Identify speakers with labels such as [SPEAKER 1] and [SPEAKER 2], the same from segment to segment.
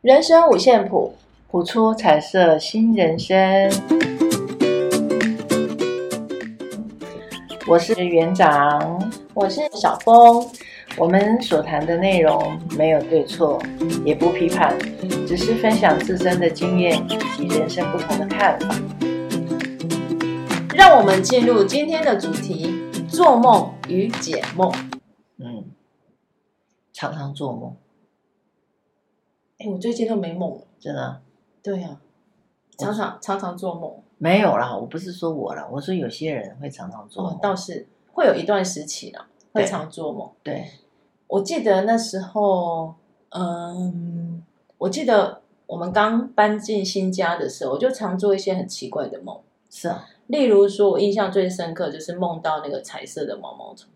[SPEAKER 1] 人生五线谱，谱出彩色新人生。我是园长，我是小峰。我们所谈的内容没有对错，也不批判，只是分享自身的经验以及人生不同的看法。
[SPEAKER 2] 让我们进入今天的主题：做梦与解梦。
[SPEAKER 1] 嗯，常常做梦，
[SPEAKER 2] 哎，我最近都没梦了。
[SPEAKER 1] 真的
[SPEAKER 2] 对呀、常常常常做梦，
[SPEAKER 1] 没有啦。我不是说我啦，我说有些人会常常做
[SPEAKER 2] 我
[SPEAKER 1] 梦。
[SPEAKER 2] 哦倒是会有一段时期啦，
[SPEAKER 1] 对
[SPEAKER 2] 会常做梦。
[SPEAKER 1] 对，
[SPEAKER 2] 我记得那时候，嗯，我记得我们刚搬进新家的时候，我就常做一些很奇怪的梦。
[SPEAKER 1] 是啊，
[SPEAKER 2] 例如说，我印象最深刻就是梦到那个彩色的毛毛虫，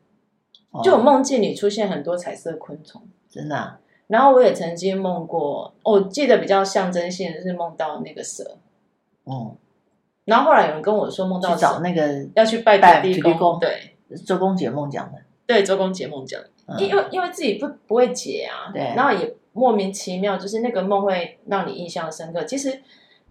[SPEAKER 1] 哦
[SPEAKER 2] 就我梦境里出现很多彩色昆虫。
[SPEAKER 1] 真的啊、
[SPEAKER 2] 然后我也曾经梦过，我记得比较象征性的是梦到那个蛇。
[SPEAKER 1] 嗯，
[SPEAKER 2] 然后后来有人跟我说梦到
[SPEAKER 1] 去找
[SPEAKER 2] 蛇
[SPEAKER 1] 那个
[SPEAKER 2] 要去拜
[SPEAKER 1] 拜
[SPEAKER 2] 土地
[SPEAKER 1] 土地公
[SPEAKER 2] 对
[SPEAKER 1] 周公解梦讲的，
[SPEAKER 2] 对，周公解梦讲，
[SPEAKER 1] 嗯
[SPEAKER 2] 因为因为自己不不会解啊，
[SPEAKER 1] 对
[SPEAKER 2] 然后也莫名其妙，就是那个梦会让你印象深刻。其实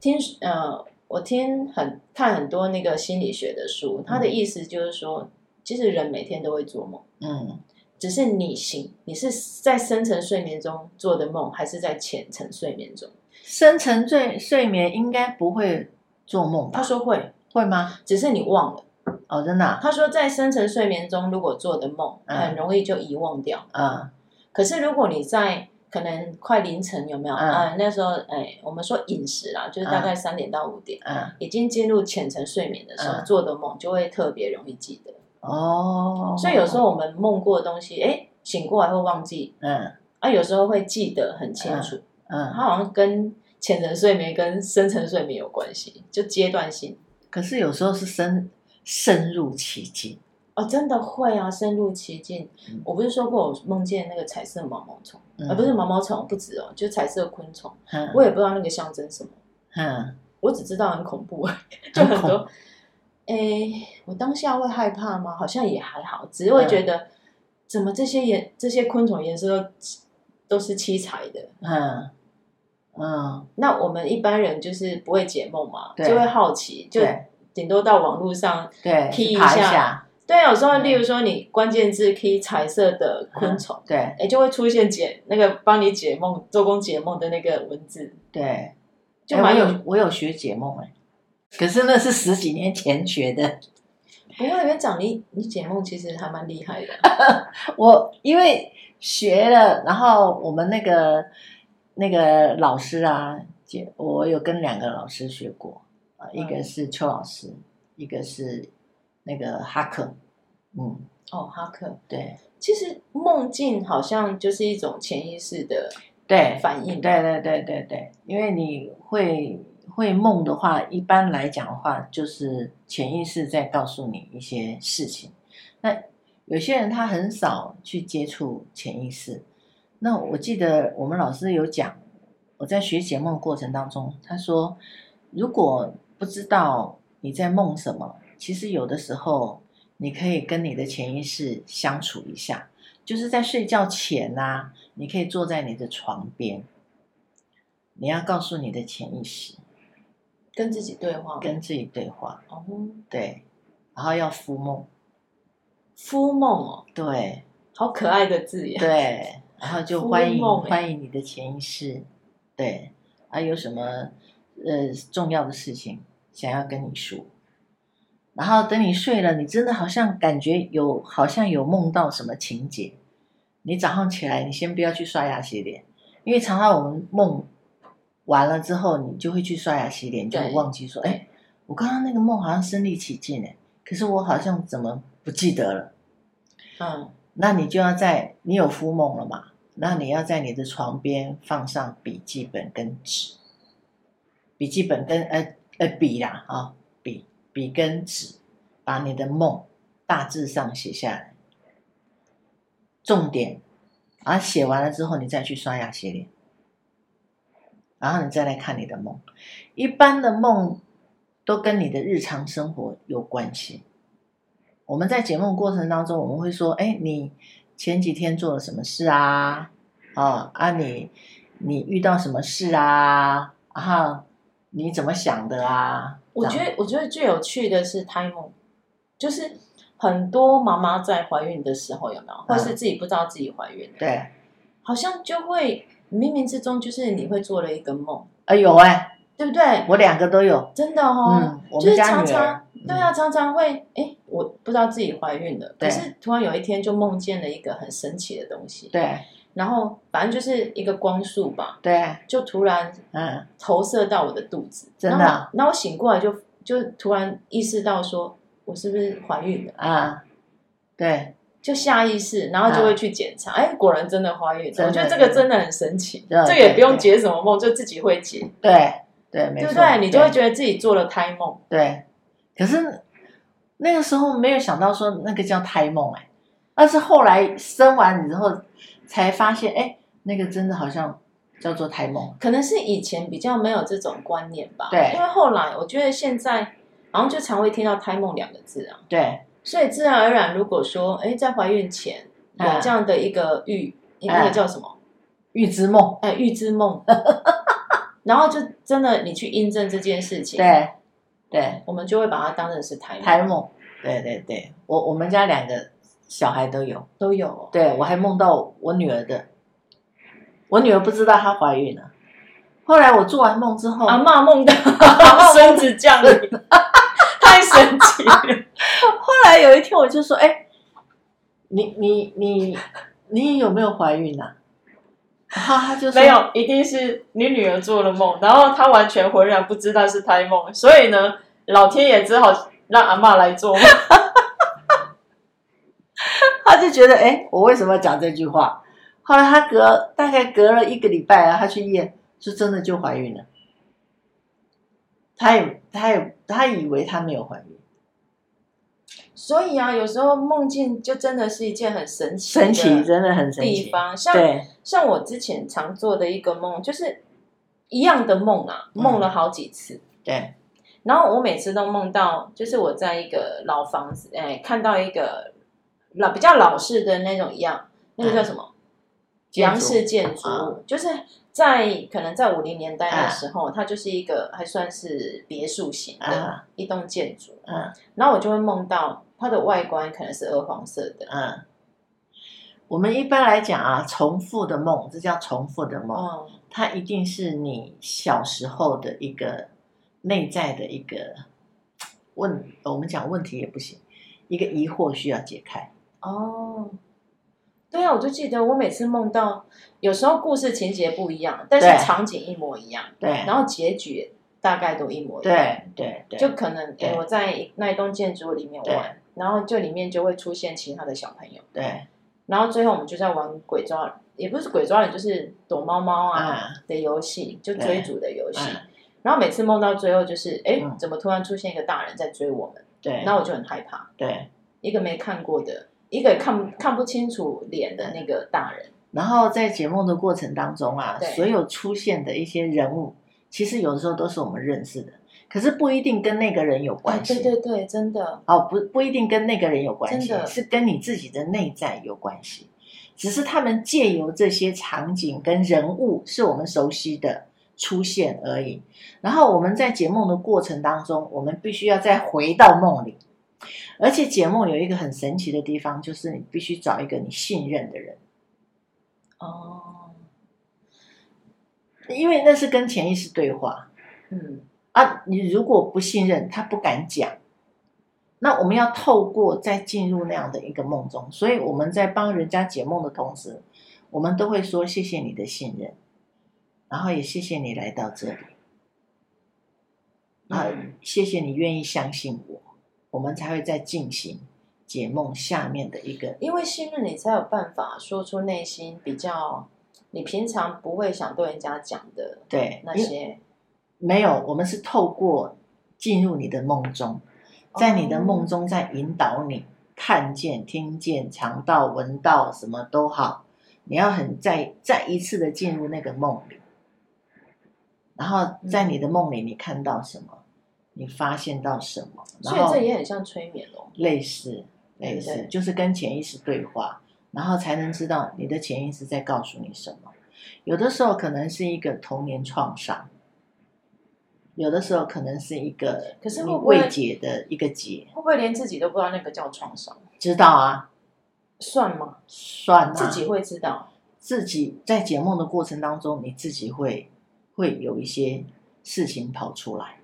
[SPEAKER 2] 听呃，我听很看很多那个心理学的书，他的意思就是说，其实人每天都会做梦。
[SPEAKER 1] 嗯
[SPEAKER 2] 只是你醒，你是在深层睡眠中做的梦，还是在浅层睡眠中？
[SPEAKER 1] 深层睡睡眠应该不会做梦
[SPEAKER 2] 他
[SPEAKER 1] 吧？
[SPEAKER 2] 说会，
[SPEAKER 1] 会吗？
[SPEAKER 2] 只是你忘了。
[SPEAKER 1] 哦，真的啊，
[SPEAKER 2] 他说，在深层睡眠中，如果做的梦，
[SPEAKER 1] 嗯
[SPEAKER 2] 很容易就遗忘掉。
[SPEAKER 1] 嗯
[SPEAKER 2] 可是如果你在可能快凌晨有没有？
[SPEAKER 1] 嗯
[SPEAKER 2] 啊、那时候哎，我们说饮食啦，就是大概三点到五点，
[SPEAKER 1] 嗯，
[SPEAKER 2] 已经进入浅层睡眠的时候，
[SPEAKER 1] 嗯
[SPEAKER 2] 做的梦就会特别容易记得。
[SPEAKER 1] 哦，
[SPEAKER 2] 所以有时候我们梦过的东西，哎，醒过来会忘记，
[SPEAKER 1] 嗯
[SPEAKER 2] 啊，有时候会记得很清楚。它
[SPEAKER 1] 嗯，
[SPEAKER 2] 好像跟浅层睡眠跟深层睡眠有关系，就阶段性
[SPEAKER 1] 可是有时候是深深入其境，
[SPEAKER 2] 哦，真的会啊，深入其境。
[SPEAKER 1] 嗯
[SPEAKER 2] 我不是说过我梦见那个彩色毛毛虫，
[SPEAKER 1] 嗯
[SPEAKER 2] 而、不是毛毛虫，不止哦，就彩色昆虫，
[SPEAKER 1] 嗯
[SPEAKER 2] 我也不知道那个象征什么，
[SPEAKER 1] 嗯
[SPEAKER 2] 我只知道很恐怖， 就很
[SPEAKER 1] 很
[SPEAKER 2] 多。诶，我当下会害怕吗？好像也还好，只是
[SPEAKER 1] 嗯
[SPEAKER 2] 会觉得、怎么这些颜这些昆虫颜色都都是七彩的，
[SPEAKER 1] 嗯嗯，
[SPEAKER 2] 那我们一般人就是不会解梦嘛，
[SPEAKER 1] 对
[SPEAKER 2] 就会好奇，就
[SPEAKER 1] 对
[SPEAKER 2] 顶多到网络上。
[SPEAKER 1] 对，
[SPEAKER 2] 踢
[SPEAKER 1] 去
[SPEAKER 2] 一
[SPEAKER 1] 爬
[SPEAKER 2] 下
[SPEAKER 1] 下，
[SPEAKER 2] 对啊，有时候
[SPEAKER 1] 嗯
[SPEAKER 2] 例如说你关键字 key 彩色的昆虫，
[SPEAKER 1] 对
[SPEAKER 2] 哎、就会出现解那个帮你解梦、周公解梦的那个文字，
[SPEAKER 1] 对，
[SPEAKER 2] 就
[SPEAKER 1] 哎
[SPEAKER 2] 蛮有。
[SPEAKER 1] 我有我有学解梦哎，可是那是十几年前学的。
[SPEAKER 2] 不过园长，你你解梦其实还蛮 厉害的，
[SPEAKER 1] 我因为学了，然后我们那个那个老师啊，姐，我有跟两个老师学过啊，一
[SPEAKER 2] 嗯
[SPEAKER 1] 个是邱老师，一个是那个哈克，嗯，
[SPEAKER 2] 哦，哈克。
[SPEAKER 1] 对
[SPEAKER 2] 其实梦境好像就是一种潜意识的
[SPEAKER 1] 对
[SPEAKER 2] 反应，
[SPEAKER 1] 对对对对对，因为你会会梦的话，一般来讲的话，就是潜意识在告诉你一些事情。那有些人他很少去接触潜意识。那我记得我们老师有讲，我在学解梦过程当中，他说，如果不知道你在梦什么，其实有的时候你可以跟你的潜意识相处一下，就是在睡觉前啊，你可以坐在你的床边，你要告诉你的潜意识，
[SPEAKER 2] 跟自己对话。
[SPEAKER 1] 跟自己对话，
[SPEAKER 2] 哦，
[SPEAKER 1] 对，然后要敷梦，
[SPEAKER 2] 敷梦哦，
[SPEAKER 1] 对
[SPEAKER 2] 好可爱的字眼。
[SPEAKER 1] 对，然后就欢迎
[SPEAKER 2] 敷梦欸
[SPEAKER 1] 欢迎你的潜意识，对，啊有什么呃重要的事情想要跟你说，然后等你睡了，你真的好像感觉有好像有梦到什么情节，你早上起来你先不要去刷牙洗脸，因为常常我们梦完了之后，你就会去刷牙洗脸，就
[SPEAKER 2] 对
[SPEAKER 1] 会忘记说，
[SPEAKER 2] 对
[SPEAKER 1] 哎，我刚刚那个梦好像身临其境哎，可是我好像怎么不记得了。
[SPEAKER 2] 嗯，
[SPEAKER 1] 那你就要在你有敷梦了嘛？那你要在你的床边放上笔记本跟纸，笔记本跟呃呃笔啦啊、笔笔跟纸，把你的梦大致上写下来，重点，啊写完了之后你再去刷牙洗脸，然后你再来看你的梦。一般的梦都跟你的日常生活有关系，我们在解梦过程当中，我们哦会说：“哎，你前几天做了什么事啊？啊啊，你你遇到什么事啊，然后你怎么想的啊？
[SPEAKER 2] 我觉得，我觉得最有趣的是胎梦，就是很多妈妈在怀孕的时候有没有，或
[SPEAKER 1] 嗯
[SPEAKER 2] 是自己不知道自己怀孕，
[SPEAKER 1] 这样对，
[SPEAKER 2] 好像就会冥冥之中就是你会做了一个梦，
[SPEAKER 1] 呃，有哎、
[SPEAKER 2] 对不对？
[SPEAKER 1] 我两个都有，
[SPEAKER 2] 真的哦，
[SPEAKER 1] 嗯，我
[SPEAKER 2] 就
[SPEAKER 1] 们
[SPEAKER 2] 是
[SPEAKER 1] 家
[SPEAKER 2] 常
[SPEAKER 1] 女儿嗯
[SPEAKER 2] 常，对啊，常常会哎，我不知道自己怀孕了，可
[SPEAKER 1] 对
[SPEAKER 2] 是突然有一天就梦见了一个很神奇的东西，
[SPEAKER 1] 对
[SPEAKER 2] 然后反正就是一个光束吧，
[SPEAKER 1] 对，
[SPEAKER 2] 就突然
[SPEAKER 1] 嗯，
[SPEAKER 2] 投射到我的肚子，
[SPEAKER 1] 真的啊
[SPEAKER 2] 然后那我醒过来就就突然意识到说我是不是怀孕了。
[SPEAKER 1] 啊，对，
[SPEAKER 2] 就下意识，然后就会去检查，哎、果然真的怀孕了。
[SPEAKER 1] 嗯真的
[SPEAKER 2] 我觉得这个真的很神奇，
[SPEAKER 1] 对
[SPEAKER 2] 这个也不用解什么梦，就自己会解，
[SPEAKER 1] 对，对，没错，
[SPEAKER 2] 对不对？你就会觉得自己做了胎梦，
[SPEAKER 1] 对，可是那个时候没有想到说那个叫胎梦哎、但是后来生完之后才发现，哎、那个真的好像叫做胎梦。
[SPEAKER 2] 可能是以前比较没有这种观念吧。
[SPEAKER 1] 对
[SPEAKER 2] 因为后来我觉得现在好像就常会听到胎梦两个字啊，
[SPEAKER 1] 对
[SPEAKER 2] 所以自然而然，如果说哎在怀孕前有
[SPEAKER 1] 嗯
[SPEAKER 2] 这样的一个预，一
[SPEAKER 1] 嗯
[SPEAKER 2] 个叫什么？
[SPEAKER 1] 预知梦，
[SPEAKER 2] 哎，预知梦。然后就真的你去印证这件事情，，
[SPEAKER 1] 对对，
[SPEAKER 2] 我们就会把它当成是胎梦，
[SPEAKER 1] 胎梦，对对对，我我们家两个小孩都有，
[SPEAKER 2] 都有、哦。
[SPEAKER 1] 对我还梦到我女儿的，我女儿不知道她怀孕了，后来我做完梦之后，
[SPEAKER 2] 阿嬷梦到孙子降临， 太神奇了。
[SPEAKER 1] 后来有一天我就说：“哎、你你你你有没有怀孕啊？”然后他就说：“
[SPEAKER 2] 没。有，一定是你女儿做了梦，然后她完全浑然不知道是胎梦，所以呢，老天爷只好让阿嬷来做梦。”
[SPEAKER 1] 他就觉得：“哎、我为什么要讲这句话？”后来他隔大概隔了一个礼拜啊，他去验，是真的就怀孕了。他也他也他以为他没有怀孕，
[SPEAKER 2] 所以啊，有时候梦境就真的是一件很神奇
[SPEAKER 1] 神奇
[SPEAKER 2] 的
[SPEAKER 1] 真的很神
[SPEAKER 2] 地
[SPEAKER 1] 奇。
[SPEAKER 2] 方。像
[SPEAKER 1] 对
[SPEAKER 2] 像我之前常做的一个梦，就是一样的梦啊，梦
[SPEAKER 1] 嗯
[SPEAKER 2] 了好几次。
[SPEAKER 1] 对
[SPEAKER 2] 然后我每次都梦到，就是我在一个老房子，哎，看到一个老比较老式的那种一样，那个叫什么？
[SPEAKER 1] 建筑
[SPEAKER 2] 洋式建筑
[SPEAKER 1] 啊
[SPEAKER 2] 物，就是在可能在五零年代那时候，它就是一个还算是别墅型的
[SPEAKER 1] 啊
[SPEAKER 2] 一栋建筑。
[SPEAKER 1] 嗯
[SPEAKER 2] 然后我就会梦到它的外观可能是鹅黄色的，
[SPEAKER 1] 嗯，我们一般来讲啊，重复的梦，这叫重复的梦。
[SPEAKER 2] 哦，
[SPEAKER 1] 它一定是你小时候的一个内在的一个问，我们讲问题也不行，一个疑惑需要解开。
[SPEAKER 2] 哦，对啊，我就记得我每次梦到，有时候故事情节不一样，但是
[SPEAKER 1] 对
[SPEAKER 2] 场景一模一样，
[SPEAKER 1] 对，
[SPEAKER 2] 然后结局也大概都一模一样。
[SPEAKER 1] 对，对，对，
[SPEAKER 2] 就可能诶、
[SPEAKER 1] 对
[SPEAKER 2] 我在那一栋建筑里面玩，然后就里面就会出现其他的小朋友，
[SPEAKER 1] 对，
[SPEAKER 2] 然后最后我们就在玩鬼抓，也不是鬼抓人，就是躲猫猫啊
[SPEAKER 1] 啊，
[SPEAKER 2] 的游戏，就追逐的游戏。
[SPEAKER 1] 嗯，
[SPEAKER 2] 然后每次梦到最后就是，诶，
[SPEAKER 1] 嗯
[SPEAKER 2] 怎么突然出现一个大人在追我们？
[SPEAKER 1] 对，
[SPEAKER 2] 那我就很害怕，
[SPEAKER 1] 对。
[SPEAKER 2] 一个没看过的，一个看看不清楚脸的那个大人，
[SPEAKER 1] 然后在解梦的过程当中啊，
[SPEAKER 2] 对
[SPEAKER 1] 所有出现的一些人物，其实有的时候都是我们认识的，可是不一定跟那个人有
[SPEAKER 2] 哎，
[SPEAKER 1] 关系。
[SPEAKER 2] 对对对，真的，
[SPEAKER 1] 哦，不不一定跟那个人有关系
[SPEAKER 2] 真的，
[SPEAKER 1] 是跟你自己的内在有关系。只是他们借由这些场景跟人物是我们熟悉的出现而已。然后我们在解梦的过程当中，我们必须要再回到梦里。而且解梦有一个很神奇的地方，就是你必须找一个你信任的人，
[SPEAKER 2] 哦，
[SPEAKER 1] 因为那是跟潜意识对话。
[SPEAKER 2] 嗯，
[SPEAKER 1] 啊，你如果不信任，他不敢讲。那我们要透过再进入那样的一个梦中，所以我们在帮人家解梦的同时，我们都会说谢谢你的信任，然后也谢谢你来到这里，啊，谢谢你愿意相信我，我们才会再进行解梦下面的一个
[SPEAKER 2] 因为信任你才有办法说出内心比较你平常不会想对人家讲的
[SPEAKER 1] 对
[SPEAKER 2] 那
[SPEAKER 1] 因
[SPEAKER 2] 些，
[SPEAKER 1] 没有，我们是透过进入你的梦中，在你的
[SPEAKER 2] 哦
[SPEAKER 1] 梦中在引导你看见、听见、尝到、闻到，什么都好，你要很再再一次的进入那个梦里，然后在
[SPEAKER 2] 嗯
[SPEAKER 1] 你的梦里你看到什么，你发现到什么，然
[SPEAKER 2] 所以
[SPEAKER 1] 后
[SPEAKER 2] 这也很像催眠哦。
[SPEAKER 1] 类似类
[SPEAKER 2] 对
[SPEAKER 1] 似
[SPEAKER 2] 对，
[SPEAKER 1] 就是跟潜意识对话，然后才能知道你的潜意识在告诉你什么。有的时候可能是一个童年创伤，有的时候可能是一个
[SPEAKER 2] 可是
[SPEAKER 1] 你
[SPEAKER 2] 会不会
[SPEAKER 1] 未解的一个结，
[SPEAKER 2] 会不会连自己都不知道那个叫创伤？
[SPEAKER 1] 知道啊，
[SPEAKER 2] 算吗？
[SPEAKER 1] 算啊，
[SPEAKER 2] 自己会知道，
[SPEAKER 1] 自己在解梦的过程当中，你自己会会有一些事情跑出来。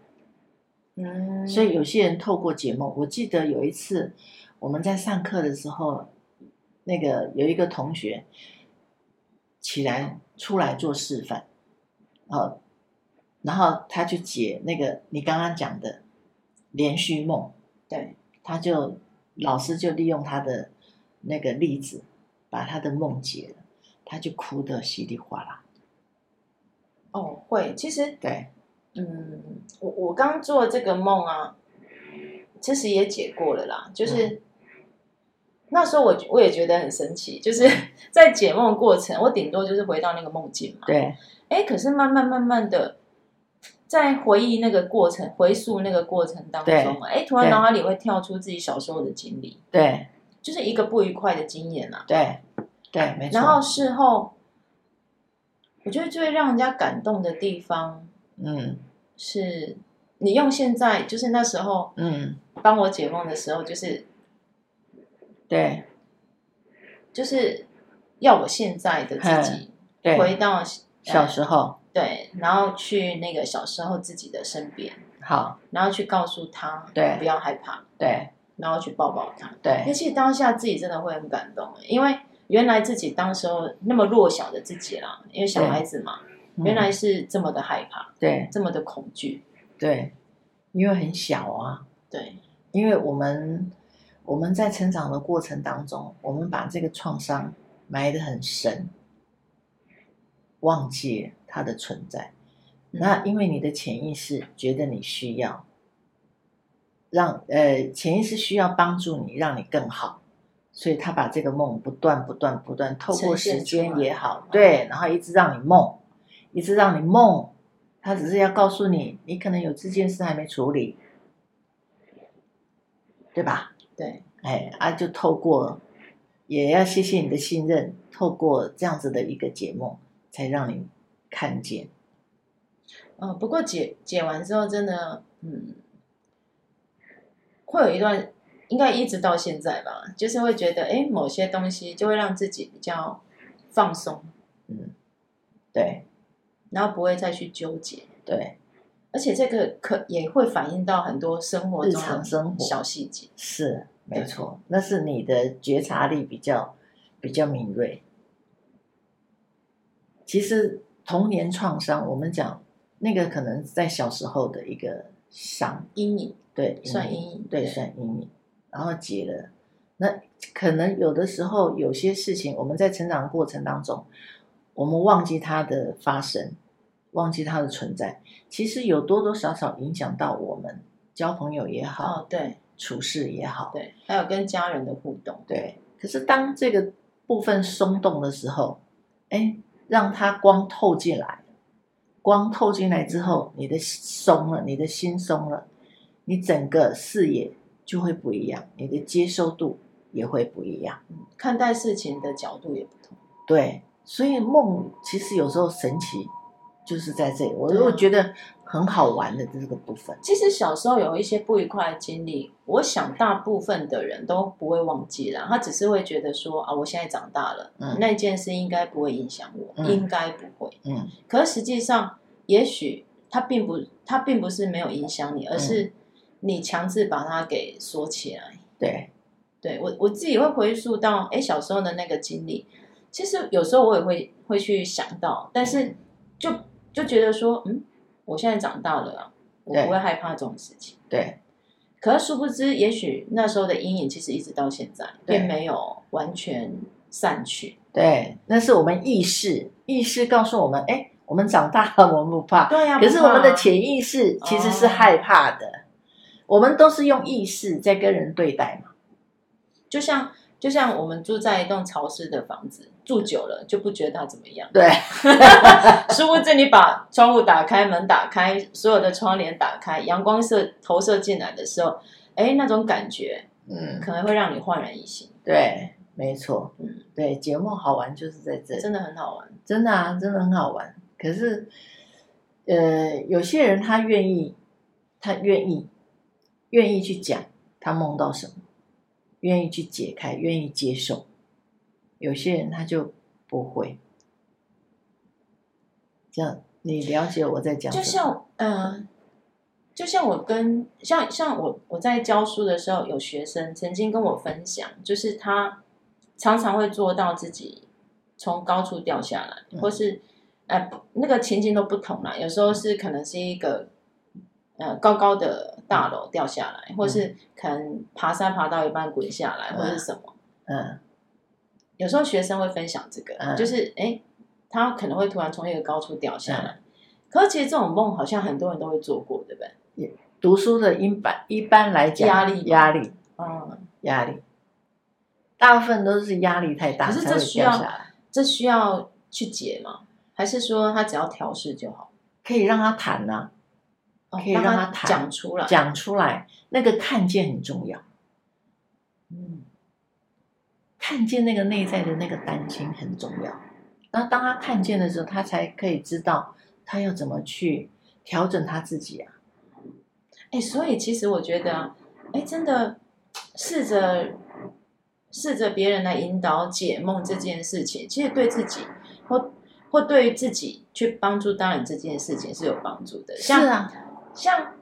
[SPEAKER 2] 嗯，
[SPEAKER 1] 所以有些人透过解梦，我记得有一次我们在上课的时候，那个有一个同学起来出来做示范，呃，然后他去解那个你刚刚讲的连续梦，
[SPEAKER 2] 对，
[SPEAKER 1] 他就老师就利用他的那个例子，把他的梦解了，他就哭得稀里哗啦。
[SPEAKER 2] 哦，会，其实
[SPEAKER 1] 对，
[SPEAKER 2] 嗯，我我刚做这个梦啊，其实也解过了啦，就是、
[SPEAKER 1] 嗯
[SPEAKER 2] 那时候我我也觉得很神奇，就是 在解梦过程，我顶多就是回到那个梦境嘛。
[SPEAKER 1] 对，
[SPEAKER 2] 哎，可是慢慢慢慢的，在回忆那个过程、回溯那个过程当中，哎，突然
[SPEAKER 1] 对
[SPEAKER 2] 脑海里会跳出自己小时候的经历，
[SPEAKER 1] 对，
[SPEAKER 2] 就是一个不愉快的经验啊。
[SPEAKER 1] 对，对，没错。
[SPEAKER 2] 然后，事后，我觉得最让人家感动的地方
[SPEAKER 1] 嗯
[SPEAKER 2] 是，你用现在就是那时候
[SPEAKER 1] 嗯，
[SPEAKER 2] 帮我解梦的时候，就是
[SPEAKER 1] 对
[SPEAKER 2] 就是要我现在的自己
[SPEAKER 1] 嗯对，
[SPEAKER 2] 回到呃
[SPEAKER 1] 小时候
[SPEAKER 2] 对，然后去那个小时候自己的身边，
[SPEAKER 1] 好，
[SPEAKER 2] 然后去告诉他，
[SPEAKER 1] 对
[SPEAKER 2] 不要害怕，
[SPEAKER 1] 对
[SPEAKER 2] 然后去抱抱他。那
[SPEAKER 1] 对
[SPEAKER 2] 其实当下自己真的会很感动，欸因为原来自己当时候那么弱小的自己啦，因为小孩子嘛，
[SPEAKER 1] 嗯
[SPEAKER 2] 原来是这么的害怕，
[SPEAKER 1] 对
[SPEAKER 2] 这么的恐惧。
[SPEAKER 1] 对，因为很小啊，
[SPEAKER 2] 对，
[SPEAKER 1] 因为我们我们在成长的过程当中，我们把这个创伤埋得很深，忘记它的存在。
[SPEAKER 2] 嗯
[SPEAKER 1] 那因为你的潜意识觉得你需要让呃潜意识需要帮助你，让你更好，所以他把这个梦不断不断不断透过
[SPEAKER 2] 呈现
[SPEAKER 1] 时间
[SPEAKER 2] 出来
[SPEAKER 1] 也好
[SPEAKER 2] 嗯，
[SPEAKER 1] 对，然后一直让你梦，一直让你梦，他只是要告诉你，你可能有这件事还没处理，对吧？
[SPEAKER 2] 对，
[SPEAKER 1] 哎啊，就透过，也要谢谢你的信任，透过这样子的一个节目，才让你看见。
[SPEAKER 2] 嗯，不过解解完之后，真的，嗯，会有一段，应该一直到现在吧，就是会觉得，哎，某些东西就会让自己比较放松，
[SPEAKER 1] 对
[SPEAKER 2] 然后不会再去纠结，
[SPEAKER 1] 对，
[SPEAKER 2] 而且这个可也会反映到很多生活
[SPEAKER 1] 日
[SPEAKER 2] 中
[SPEAKER 1] 常
[SPEAKER 2] 的
[SPEAKER 1] 生活
[SPEAKER 2] 小细节。
[SPEAKER 1] 是没
[SPEAKER 2] 对
[SPEAKER 1] 错，那是你的觉察力比较比较敏锐。其实童年创伤，我们讲那个可能在小时候的一个伤，
[SPEAKER 2] 阴影
[SPEAKER 1] 对，
[SPEAKER 2] 算
[SPEAKER 1] 影
[SPEAKER 2] 阴影，
[SPEAKER 1] 对，算阴影，然后解了。那可能有的时候有些事情，我们在成长的过程当中，我们忘记它的发生，忘记它的存在，其实有多多少少影响到我们交朋友也好，
[SPEAKER 2] 哦，对
[SPEAKER 1] 处事也好，
[SPEAKER 2] 对，还有跟家人的互动，
[SPEAKER 1] 对。可是当这个部分松动的时候，哎，让它光透进来，光透进来之后，你的松了，你的心松了，你整个视野就会不一样，你的接受度也会不一样。
[SPEAKER 2] 嗯，看待事情的角度也不同。
[SPEAKER 1] 对，所以梦其实有时候神奇就是在这里，我
[SPEAKER 2] 对啊
[SPEAKER 1] 我觉得很好玩的这个部分。
[SPEAKER 2] 其实小时候有一些不愉快的经历，我想大部分的人都不会忘记啦，他只是会觉得说啊，我现在长大了，
[SPEAKER 1] 嗯
[SPEAKER 2] 那件事应该不会影响我，
[SPEAKER 1] 嗯
[SPEAKER 2] 应该不会。
[SPEAKER 1] 嗯，
[SPEAKER 2] 可是实际上，也许它并不，它并不是没有影
[SPEAKER 1] 嗯
[SPEAKER 2] 响你，而是你强制把它给锁起来。
[SPEAKER 1] 对，
[SPEAKER 2] 对我我自己会回溯到，哎，小时候的那个经历，其实有时候我也会会去想到，但是就就觉得说，嗯，我现在长大了、啊，我
[SPEAKER 1] 对
[SPEAKER 2] 不会害怕这种事情。
[SPEAKER 1] 对，
[SPEAKER 2] 可是殊不知，也许那时候的阴影其实一直到现在
[SPEAKER 1] 对
[SPEAKER 2] 并没有完全散去。
[SPEAKER 1] 对，那是我们意识，意识告诉我们，哎，我们长大了，我们不怕。
[SPEAKER 2] 对呀、
[SPEAKER 1] 可是
[SPEAKER 2] 不怕
[SPEAKER 1] 我
[SPEAKER 2] 啊
[SPEAKER 1] 们的潜意识
[SPEAKER 2] 哦
[SPEAKER 1] 其实是害怕的，我们都是用意识在跟人对待嘛。。
[SPEAKER 2] 就像就像我们住在一栋潮湿的房子，住久了就不觉得它怎么样
[SPEAKER 1] 对
[SPEAKER 2] 殊不知，你把窗户打开、门打开、所有的窗帘打开，阳光射投射进来的时候，哎，那种感觉
[SPEAKER 1] 嗯，
[SPEAKER 2] 可能会让你焕然一新。
[SPEAKER 1] 对没错，
[SPEAKER 2] 嗯，
[SPEAKER 1] 对，解梦好玩就是在这里，
[SPEAKER 2] 真的很好玩。
[SPEAKER 1] 真的啊，真的很好玩。可是，呃，有些人他愿意，他愿意，愿意去讲他梦到什么，愿意去解开，愿意接受。有些人他就不会。这样，你了解我在讲什
[SPEAKER 2] 就
[SPEAKER 1] 么？
[SPEAKER 2] 像嗯、呃就像我跟像像我我在教书的时候，有学生曾经跟我分享，就是他常常会做到自己从高处掉下来，
[SPEAKER 1] 嗯
[SPEAKER 2] 或是呃不那个情境都不同啦。有时候是可能是一个呃高高的大楼掉下来，或是可能爬山爬到一半滚下来，
[SPEAKER 1] 嗯
[SPEAKER 2] 或是什么。
[SPEAKER 1] 嗯
[SPEAKER 2] 有时候学生会分享这个，
[SPEAKER 1] 嗯
[SPEAKER 2] 就是哎、诶他可能会突然从一个高处掉下
[SPEAKER 1] 嗯
[SPEAKER 2] 来。可是其实这种梦好像很多人都会做过，对不对？
[SPEAKER 1] 读书的一般一般来讲，
[SPEAKER 2] 压力
[SPEAKER 1] 压力，
[SPEAKER 2] 嗯，
[SPEAKER 1] 压力，大部分都是压力太大
[SPEAKER 2] 可是
[SPEAKER 1] 才
[SPEAKER 2] 这
[SPEAKER 1] 会
[SPEAKER 2] 需
[SPEAKER 1] 掉
[SPEAKER 2] 要
[SPEAKER 1] 下来。
[SPEAKER 2] 这需要去解吗？还是说他只要调试就好？
[SPEAKER 1] 可以让他谈呐、
[SPEAKER 2] 哦
[SPEAKER 1] 可以让
[SPEAKER 2] 让
[SPEAKER 1] 他谈
[SPEAKER 2] 讲出来。
[SPEAKER 1] 讲出来，那个看见很重要，
[SPEAKER 2] 嗯，
[SPEAKER 1] 看见那个内在的那个担心很重要。那当他看见的时候，他才可以知道他要怎么去调整他自己啊。
[SPEAKER 2] 哎、所以其实我觉得啊，哎、真的试着试着别人来引导解梦这件事情，其实对自己或或对于自己去帮助当然这件事情是有帮助的。
[SPEAKER 1] 是
[SPEAKER 2] 像
[SPEAKER 1] 啊，
[SPEAKER 2] 像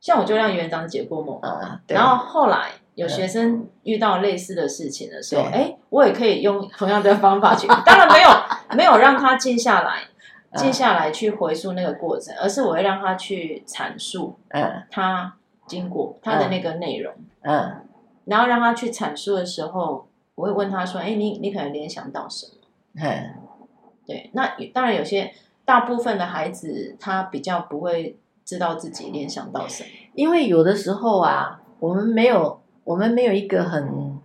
[SPEAKER 2] 像我就让园长解过梦，
[SPEAKER 1] 呃，对
[SPEAKER 2] 然后后来有
[SPEAKER 1] 嗯
[SPEAKER 2] 学生遇到类似的事情的时候，
[SPEAKER 1] 对
[SPEAKER 2] 哎，我也可以用同样的方法去，当然没有没有让他静下来，
[SPEAKER 1] 嗯
[SPEAKER 2] 静下来去回溯那个过程，而是我会让他去阐述
[SPEAKER 1] 嗯
[SPEAKER 2] 他经过他的那个内容，
[SPEAKER 1] 嗯
[SPEAKER 2] 然后让他去阐述的时候，我会问他说，哎，你你可能联想到什么？
[SPEAKER 1] 嗯，
[SPEAKER 2] 对，那当然有些大部分的孩子他比较不会知道自己联想到什么。
[SPEAKER 1] 因为有的时候啊，我们没有我们没有一个很，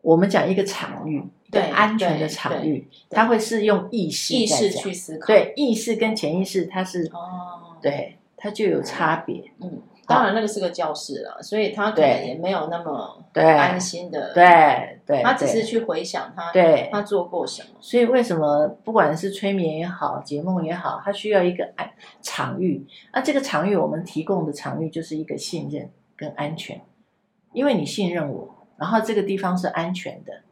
[SPEAKER 1] 我们讲一个场域，一个
[SPEAKER 2] 对
[SPEAKER 1] 安全的
[SPEAKER 2] 对
[SPEAKER 1] 场
[SPEAKER 2] 对
[SPEAKER 1] 域，他会是用意识
[SPEAKER 2] 意
[SPEAKER 1] 在
[SPEAKER 2] 识
[SPEAKER 1] 讲
[SPEAKER 2] 去思考。，
[SPEAKER 1] 对意识跟潜意识，它是
[SPEAKER 2] 哦，，
[SPEAKER 1] 对它就有差别。
[SPEAKER 2] 嗯，当然那个是个教室啦，所以他可能
[SPEAKER 1] 对
[SPEAKER 2] 也没有那么
[SPEAKER 1] 对
[SPEAKER 2] 安心的，，
[SPEAKER 1] 对对，
[SPEAKER 2] 他只是
[SPEAKER 1] 对
[SPEAKER 2] 去嗯回想他
[SPEAKER 1] 对
[SPEAKER 2] 他做过什么，
[SPEAKER 1] 所以为什么不管是催眠也好，解梦也好，它需要一个安场域。那这个场域我们提供的场域就是一个信任跟安全，因为你信任我，然后这个地方是安全的，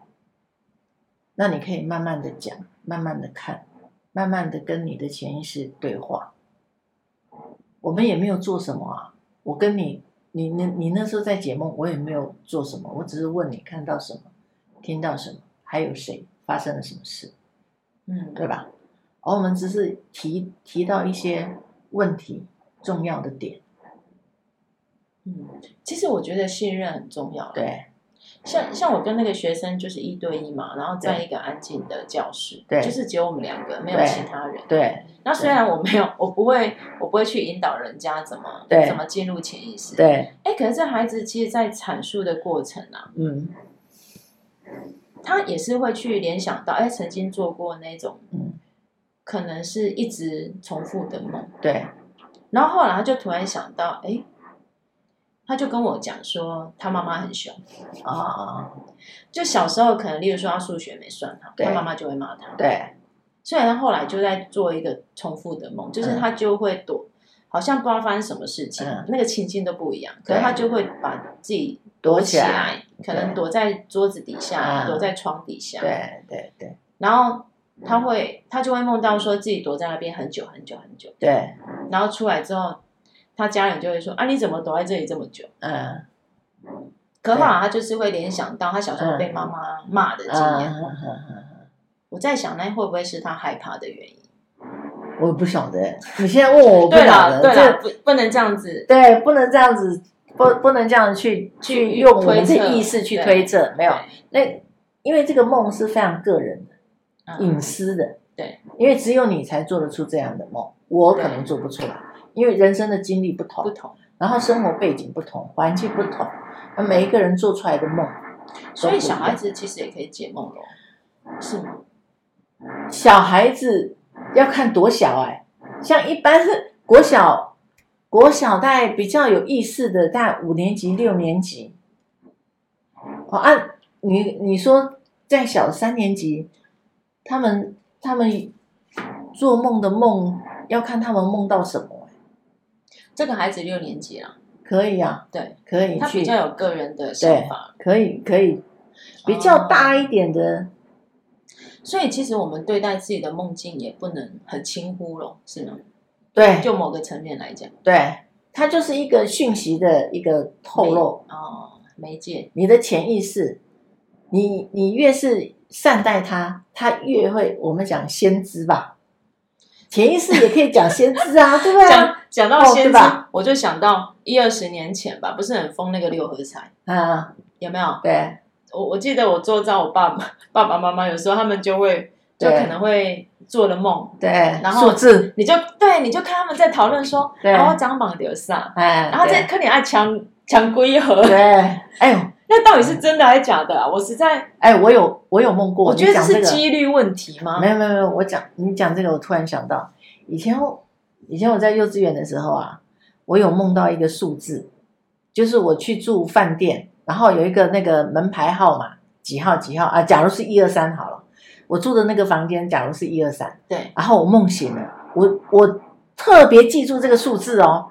[SPEAKER 1] 那你可以慢慢的讲，慢慢的看，慢慢的跟你的潜意识对话。我们也没有做什么啊，我跟你，你你你那时候在解梦，我也没有做什么，我只是问你看到什么，听到什么，还有谁发生了什么事。
[SPEAKER 2] 嗯，
[SPEAKER 1] 对吧？而我们只是提提到一些问题重要的点，
[SPEAKER 2] 嗯，其实我觉得信任很重要，，
[SPEAKER 1] 对
[SPEAKER 2] 像像我跟那个学生就是一对一嘛，然后在一个安静的教室，
[SPEAKER 1] 对
[SPEAKER 2] 就是只有我们两个，没有
[SPEAKER 1] 对
[SPEAKER 2] 其他人。
[SPEAKER 1] 对
[SPEAKER 2] 那虽然我没有， 我不会，我不会去引导人家怎么
[SPEAKER 1] 对
[SPEAKER 2] 怎么进入潜意识，，
[SPEAKER 1] 对，
[SPEAKER 2] 哎，可是这孩子其实，在阐述的过程啊，
[SPEAKER 1] 嗯
[SPEAKER 2] 他也是会去联想到，哎，曾经做过那种，
[SPEAKER 1] 嗯，
[SPEAKER 2] 可能是一直重复的梦，
[SPEAKER 1] 对，
[SPEAKER 2] 然后后来他就突然想到，哎，他就跟我讲说，他妈妈很凶，
[SPEAKER 1] 啊、
[SPEAKER 2] 就小时候可能，例如说他数学没算好，
[SPEAKER 1] 对
[SPEAKER 2] 他妈妈就会骂他，
[SPEAKER 1] 对
[SPEAKER 2] 所以他后来就在做一个重复的梦，就是他就会躲，好像不知道发生什么事情，
[SPEAKER 1] 嗯
[SPEAKER 2] 那个情境都不一样，可是
[SPEAKER 1] 对
[SPEAKER 2] 他就会把自己
[SPEAKER 1] 躲
[SPEAKER 2] 起
[SPEAKER 1] 起来，
[SPEAKER 2] 来，可能躲在桌子底下，
[SPEAKER 1] 嗯
[SPEAKER 2] 躲在床底下，
[SPEAKER 1] 对对对
[SPEAKER 2] 然后
[SPEAKER 1] 嗯
[SPEAKER 2] 他会，他就会梦到说自己躲在那边很久很久很久，
[SPEAKER 1] 对，
[SPEAKER 2] 然后出来之后，他家人就会说啊，你怎么躲在这里这么久？
[SPEAKER 1] 嗯
[SPEAKER 2] 可后来他就是会联想到他小时候被妈妈骂的
[SPEAKER 1] 嗯
[SPEAKER 2] 经验。
[SPEAKER 1] 嗯嗯，
[SPEAKER 2] 我在想，那会不会是他害怕的原因？
[SPEAKER 1] 我也不晓得，你现在问我，我不
[SPEAKER 2] 对
[SPEAKER 1] 晓
[SPEAKER 2] 了，
[SPEAKER 1] 得，
[SPEAKER 2] 对了，
[SPEAKER 1] 这
[SPEAKER 2] 不不能这样子。
[SPEAKER 1] 对不能这样子，不不能这样去去用我们
[SPEAKER 2] 推测
[SPEAKER 1] 的意识去
[SPEAKER 2] 对
[SPEAKER 1] 推测，没有
[SPEAKER 2] 对，
[SPEAKER 1] 那因为这个梦是非常个人的。
[SPEAKER 2] 嗯
[SPEAKER 1] 隐私的，
[SPEAKER 2] 对，
[SPEAKER 1] 因为只有你才做得出这样的梦，我可能
[SPEAKER 2] 对
[SPEAKER 1] 做不出来，因为人生的经历不同，
[SPEAKER 2] 不同。
[SPEAKER 1] 然后生活背景不同，环境不同，那每一个人做出来的梦，
[SPEAKER 2] 所以小孩子其实也可以解梦咯，是吗？
[SPEAKER 1] 小孩子要看多小哎、像一般是国小，国小大概比较有意识的，大概五年级、六年级，哦，按、你你说在小三年级，他们他们做梦的梦要看他们梦到什么，
[SPEAKER 2] 这个孩子六年级了，
[SPEAKER 1] 可以啊，
[SPEAKER 2] 对，
[SPEAKER 1] 可以
[SPEAKER 2] 他比
[SPEAKER 1] 去，
[SPEAKER 2] 较有个人的想法，
[SPEAKER 1] 可以可以，比较大一点的，
[SPEAKER 2] 所以其实我们对待自己的梦境也不能很轻忽咯，是吗？
[SPEAKER 1] 对
[SPEAKER 2] 就某个层面来讲，
[SPEAKER 1] 对，它就是一个讯息的一个透露，
[SPEAKER 2] 哦，媒介，
[SPEAKER 1] 你的潜意识，你你越是善待它，它越会，我们讲先知吧，潜意识也可以讲先知 啊，对不对？
[SPEAKER 2] 讲讲到
[SPEAKER 1] 哦对
[SPEAKER 2] 先知
[SPEAKER 1] 吧，
[SPEAKER 2] 我就想到一二十年前吧，不是很疯那个六合彩，
[SPEAKER 1] 啊，
[SPEAKER 2] 有没有？
[SPEAKER 1] 对
[SPEAKER 2] 我我记得我做到我爸爸爸爸妈妈， 有时候他们就会就
[SPEAKER 1] 对
[SPEAKER 2] 可能会做了梦，
[SPEAKER 1] 对，
[SPEAKER 2] 然后
[SPEAKER 1] 数字，
[SPEAKER 2] 你就对你就看他们在讨论说，啊
[SPEAKER 1] 对
[SPEAKER 2] 然后张榜流上，
[SPEAKER 1] 哎，
[SPEAKER 2] 啊然后
[SPEAKER 1] 对
[SPEAKER 2] 这可能爱啊抢抢龟盒，
[SPEAKER 1] 对，哎呦，
[SPEAKER 2] 那到底是真的还是假的啊？我实在
[SPEAKER 1] 哎，我有我有梦过，
[SPEAKER 2] 我觉得
[SPEAKER 1] 你
[SPEAKER 2] 这
[SPEAKER 1] 讲这
[SPEAKER 2] 是
[SPEAKER 1] 个。
[SPEAKER 2] 几率问题吗
[SPEAKER 1] 没？有没有没有，我讲你讲这个，我突然想到，以前我以前我在幼稚园的时候啊，我有梦到一个数字，就是我去住饭店，然后有一个那个门牌号码，几号几号啊？假如是一二三好了，我住的那个房间，假如是一二三，
[SPEAKER 2] 对，
[SPEAKER 1] 然后我梦醒了，我我特别记住这个数字哦，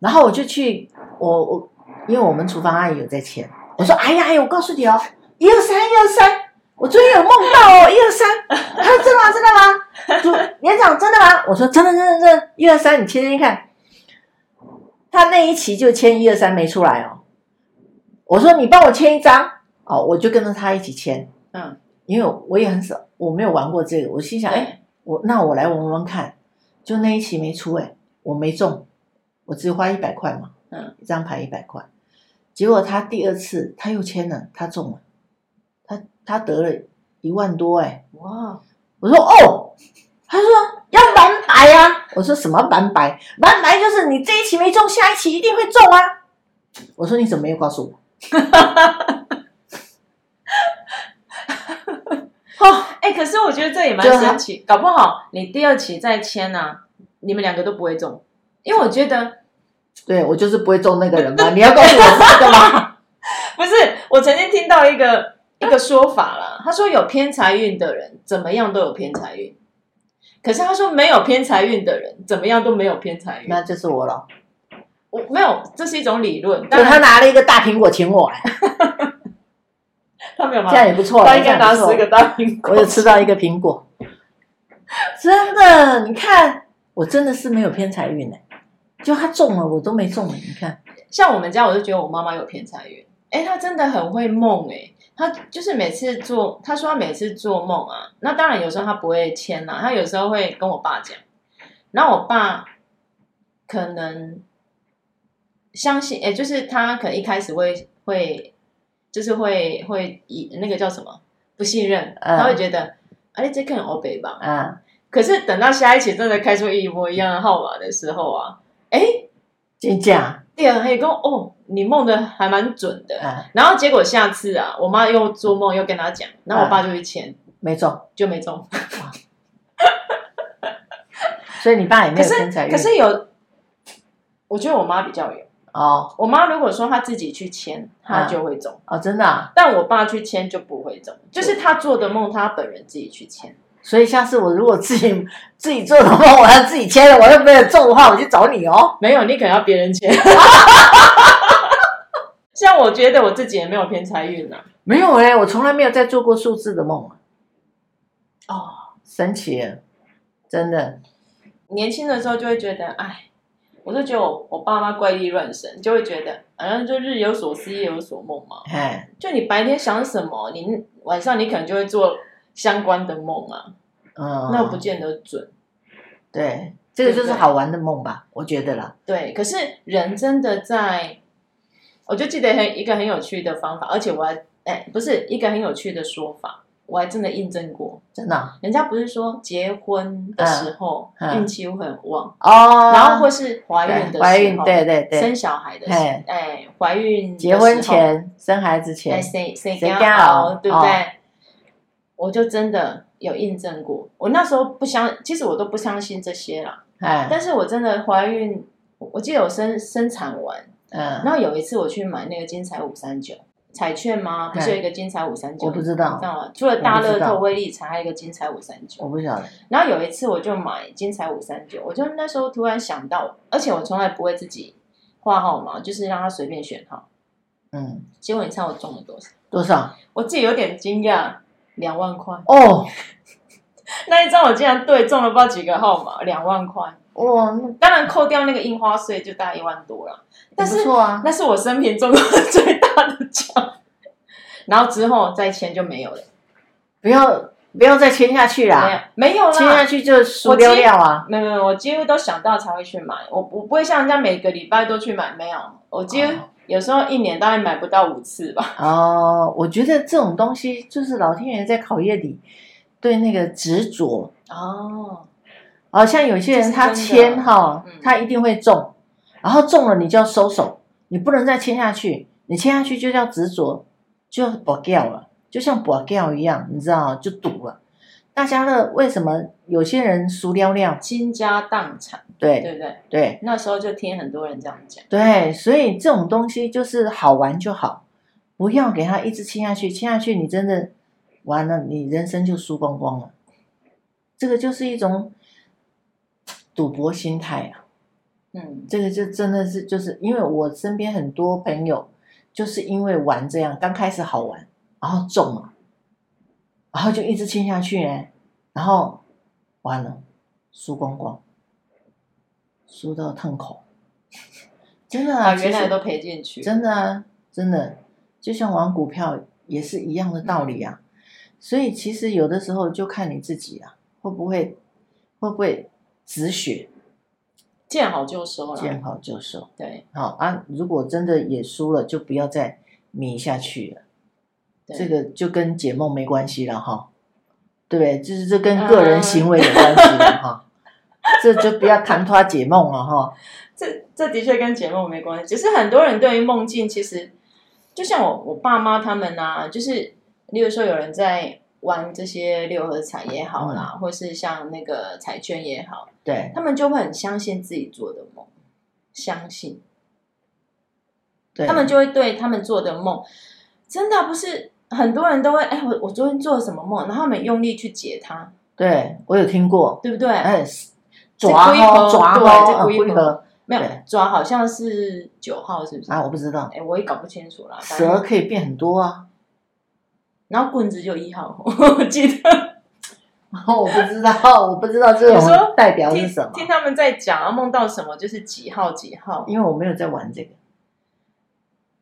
[SPEAKER 1] 然后我就去我我因为我们厨房阿姨有在签，我说哎呀哎呀，我告诉你哦，一二三一二三，我昨天有梦到哦一二三，她说真的吗真的吗？主连长真的吗？我说真的真的真的，一二三你签签看，他那一期就签一二三没出来哦，我说你帮我签一张哦，我就跟着他一起签，
[SPEAKER 2] 嗯，
[SPEAKER 1] 因为我也很少我没有玩过这个，我心想哎。
[SPEAKER 2] 对，
[SPEAKER 1] 我那我来玩玩看，就那一期没出哎、我没中，我只花一百块嘛，
[SPEAKER 2] 嗯，
[SPEAKER 1] 一张牌一百块，结果他第二次他又签了，他中了，他他得了一万多哎、
[SPEAKER 2] 哇，
[SPEAKER 1] 我说哦，他说要满白呀、啊，我说什么满白？满白就是你这一期没中，下一期一定会中啊。我说你怎么没有告诉我？ 哦，
[SPEAKER 2] 哎，可是我觉得这也蛮
[SPEAKER 1] 对啊
[SPEAKER 2] 神奇，搞不好你第二期再签啊，你们两个都不会中，因为我觉得
[SPEAKER 1] 对我就是不会中那个 人嘛，你要告诉我是这个吗？
[SPEAKER 2] 不是，我曾经听到一个一个说法啦，他说有偏财运的人怎么样都有偏财运，可是他说没有偏财运的人怎么样都没有偏财运。
[SPEAKER 1] 那就是我了。
[SPEAKER 2] 我没有，这是一种理论，
[SPEAKER 1] 就
[SPEAKER 2] 当
[SPEAKER 1] 他
[SPEAKER 2] 然
[SPEAKER 1] 拿了一个大苹果请我，哎
[SPEAKER 2] 他没有吗
[SPEAKER 1] 这？样也不错了。
[SPEAKER 2] 他应该拿
[SPEAKER 1] 这样
[SPEAKER 2] 十
[SPEAKER 1] 也不
[SPEAKER 2] 个
[SPEAKER 1] 错，
[SPEAKER 2] 大苹果，
[SPEAKER 1] 我有吃到一个苹果。真的，你看，我真的是没有偏财运哎，就他中了，我都没中哎。你看，
[SPEAKER 2] 像我们家，我就觉得我妈妈有偏财运。哎，她真的很会梦哎、她就是每次做，她说她每次做梦啊，那当然有时候她不会签啊啦、她有时候会跟我爸讲，然后我爸可能相信，哎，就是他可能一开始会会就是会会以那个叫什么不信任，
[SPEAKER 1] 嗯
[SPEAKER 2] 他会觉得，哎、这可能欧北吧，
[SPEAKER 1] 啊，
[SPEAKER 2] 可是等到下一期真的开出一模一样的号码的时候啊，哎，
[SPEAKER 1] 真假
[SPEAKER 2] 对啊，还有跟我哦，你梦的还蛮准的。
[SPEAKER 1] 啊，
[SPEAKER 2] 然后结果下次啊，我妈又做梦又跟她讲，然
[SPEAKER 1] 嗯
[SPEAKER 2] 后我爸就去签，
[SPEAKER 1] 没中，
[SPEAKER 2] 就没中。
[SPEAKER 1] 所以你爸也没
[SPEAKER 2] 可
[SPEAKER 1] 有
[SPEAKER 2] 是
[SPEAKER 1] 偏财运。
[SPEAKER 2] 可是有，我觉得我妈比较有。
[SPEAKER 1] 哦
[SPEAKER 2] 我妈如果说她自己去签，她
[SPEAKER 1] 嗯
[SPEAKER 2] 就会中；
[SPEAKER 1] 哦，真的啊，
[SPEAKER 2] 但我爸去签就不会中，就是她做的梦，她本人自己去签。
[SPEAKER 1] 所以下次我如果自己 自己做的话，我要自己签了，我又没有中的话，我去找你哦。
[SPEAKER 2] 没有，你可能要别人签。 像我觉得我自己也没有偏财运啊呐、
[SPEAKER 1] 没有哎，我从来没有再做过数字的梦，啊
[SPEAKER 2] 哦，
[SPEAKER 1] 神奇耶，真的。
[SPEAKER 2] 年轻的时候就会觉得，哎，我就觉得我我爸妈怪力乱神，就会觉得好像就日有所思夜有所梦嘛。
[SPEAKER 1] 哎，
[SPEAKER 2] 就你白天想什么，你晚上你可能就会做相关的梦啊，
[SPEAKER 1] 嗯，
[SPEAKER 2] 那不见得准。
[SPEAKER 1] 对，这个
[SPEAKER 2] 对不
[SPEAKER 1] 就是
[SPEAKER 2] 对
[SPEAKER 1] 好玩的梦吧，我觉得啦。
[SPEAKER 2] 对，可是人真的在，我就记得很一个很有趣的方法，而且我还哎不是一个很有趣的说法，我还真的印证过。
[SPEAKER 1] 真的啊
[SPEAKER 2] 人家不是说结婚的时候、
[SPEAKER 1] 嗯嗯
[SPEAKER 2] 运气会很旺，
[SPEAKER 1] 哦，
[SPEAKER 2] 然后或是怀
[SPEAKER 1] 对
[SPEAKER 2] 孕的时候，
[SPEAKER 1] 怀孕，对对对，
[SPEAKER 2] 生小孩的时
[SPEAKER 1] 嘿
[SPEAKER 2] 哎，怀孕的
[SPEAKER 1] 结婚
[SPEAKER 2] 时候，
[SPEAKER 1] 前、生孩子
[SPEAKER 2] 哎，
[SPEAKER 1] 前，
[SPEAKER 2] 谁谁
[SPEAKER 1] 谁
[SPEAKER 2] 跟
[SPEAKER 1] 家
[SPEAKER 2] 熬
[SPEAKER 1] 熬，
[SPEAKER 2] 对不对
[SPEAKER 1] 哦？
[SPEAKER 2] 我就真的有印证过，我那时候不相，其实我都不相信这些啦。
[SPEAKER 1] 哎，
[SPEAKER 2] 但是我真的怀孕，我我记得我生生产完，
[SPEAKER 1] 嗯
[SPEAKER 2] 然后有一次我去买那个金彩五三九，彩券吗？不是有一个金彩五三九？
[SPEAKER 1] 我不知道
[SPEAKER 2] 你吗除了大
[SPEAKER 1] 我不
[SPEAKER 2] 乐
[SPEAKER 1] 知道
[SPEAKER 2] 透、威力彩，还有一个金彩五三九
[SPEAKER 1] 我。不晓得，
[SPEAKER 2] 然后有一次我就买金彩五三九，我就那时候突然想到，而且我从来不会自己画号码，就是让他随便选号。
[SPEAKER 1] 嗯，
[SPEAKER 2] 结果你猜我中了多少？
[SPEAKER 1] 多少？
[SPEAKER 2] 我自己有点惊讶，两万块。
[SPEAKER 1] 哦，
[SPEAKER 2] 那一张我竟然对中了不知道几个号码，两万块。
[SPEAKER 1] 哇，那
[SPEAKER 2] 当然扣掉那个印花税就大概一万多了，但
[SPEAKER 1] 不
[SPEAKER 2] 是
[SPEAKER 1] 错啊，
[SPEAKER 2] 那是我生平中过最大的奖。 然后之后再签就没有了，
[SPEAKER 1] 不要不要再签下去
[SPEAKER 2] 没有
[SPEAKER 1] 啦，
[SPEAKER 2] 没有
[SPEAKER 1] 啊签下
[SPEAKER 2] 啦，
[SPEAKER 1] 去就输掉掉啊。
[SPEAKER 2] 没有没有，我几乎都想到才会去买，我我不会像人家每个礼拜都去买，没有，我几乎
[SPEAKER 1] 哦
[SPEAKER 2] 有时候一年大概买不到五次吧。
[SPEAKER 1] 哦，我觉得这种东西就是老天爷在考验你对那个执着。
[SPEAKER 2] 哦，
[SPEAKER 1] 好像有些人他
[SPEAKER 2] 这是真的
[SPEAKER 1] 签哈
[SPEAKER 2] 嗯，
[SPEAKER 1] 他一定会中，然后中了你就要收手，你不能再签下去，你签下去就叫执着，就bỏ 掉了，就像bỏ 掉一样，你知道就赌了。大家乐为什么有些人输了了？
[SPEAKER 2] 倾家荡产，对
[SPEAKER 1] 对
[SPEAKER 2] 不对？
[SPEAKER 1] 对
[SPEAKER 2] 那时候就听很多人这样讲，
[SPEAKER 1] 对，所以这种东西就是好玩就好，不要给他一直签下去，签下去你真的完了，你人生就输光光了。这个就是一种赌博心态啊。
[SPEAKER 2] 嗯，
[SPEAKER 1] 这个就真的是就是因为我身边很多朋友就是因为玩这样，刚开始好玩，然后中了，然后就一直签下去呢，然后完了，输光光，输到痛口，真的啊，
[SPEAKER 2] 啊，原
[SPEAKER 1] 其
[SPEAKER 2] 来
[SPEAKER 1] 实
[SPEAKER 2] 都赔进去，
[SPEAKER 1] 真的啊，真的，就像玩股票也是一样的道理啊。所以其实有的时候就看你自己啊，会不会会不会止血，
[SPEAKER 2] 见好就收了，
[SPEAKER 1] 见好就收。
[SPEAKER 2] 对
[SPEAKER 1] 好啊，如果真的也输了，就不要再迷下去了。
[SPEAKER 2] 对，
[SPEAKER 1] 这个就跟解梦没关系了哈，对不对？就是这跟个
[SPEAKER 2] 啊
[SPEAKER 1] 人行为有关系了哈。这就不要谈他解梦了哈。
[SPEAKER 2] 这这的确跟解梦没关系，只是很多人对于梦境，其实就像我我爸妈他们啊，就是例如说有人在玩这些六合彩也好啦，或是像那个彩券也好，
[SPEAKER 1] 对
[SPEAKER 2] 他们就会很相信自己做的梦，相信
[SPEAKER 1] 对，
[SPEAKER 2] 他们就会对他们做的梦，真的啊不是很多人都会哎，我我昨天做了什么梦，然后他们用力去解它，
[SPEAKER 1] 对我有听过，
[SPEAKER 2] 对不对？
[SPEAKER 1] 哎，
[SPEAKER 2] 这
[SPEAKER 1] 抓
[SPEAKER 2] 龟壳
[SPEAKER 1] 吼抓
[SPEAKER 2] 对这
[SPEAKER 1] 吼，
[SPEAKER 2] 龟
[SPEAKER 1] 龟
[SPEAKER 2] 壳
[SPEAKER 1] 壳
[SPEAKER 2] 没有
[SPEAKER 1] 对
[SPEAKER 2] 抓，好像是九号是不是？
[SPEAKER 1] 啊，我不知道，
[SPEAKER 2] 哎，我也搞不清楚啦。反正
[SPEAKER 1] 蛇可以变很多啊，
[SPEAKER 2] 然后棍子就一号， 我记得
[SPEAKER 1] 我不知道，我不知道这
[SPEAKER 2] 你说
[SPEAKER 1] 种代表
[SPEAKER 2] 听
[SPEAKER 1] 是什么，
[SPEAKER 2] 听他们在讲，然后梦到什么就是几号几号。
[SPEAKER 1] 因为我没有在玩这个，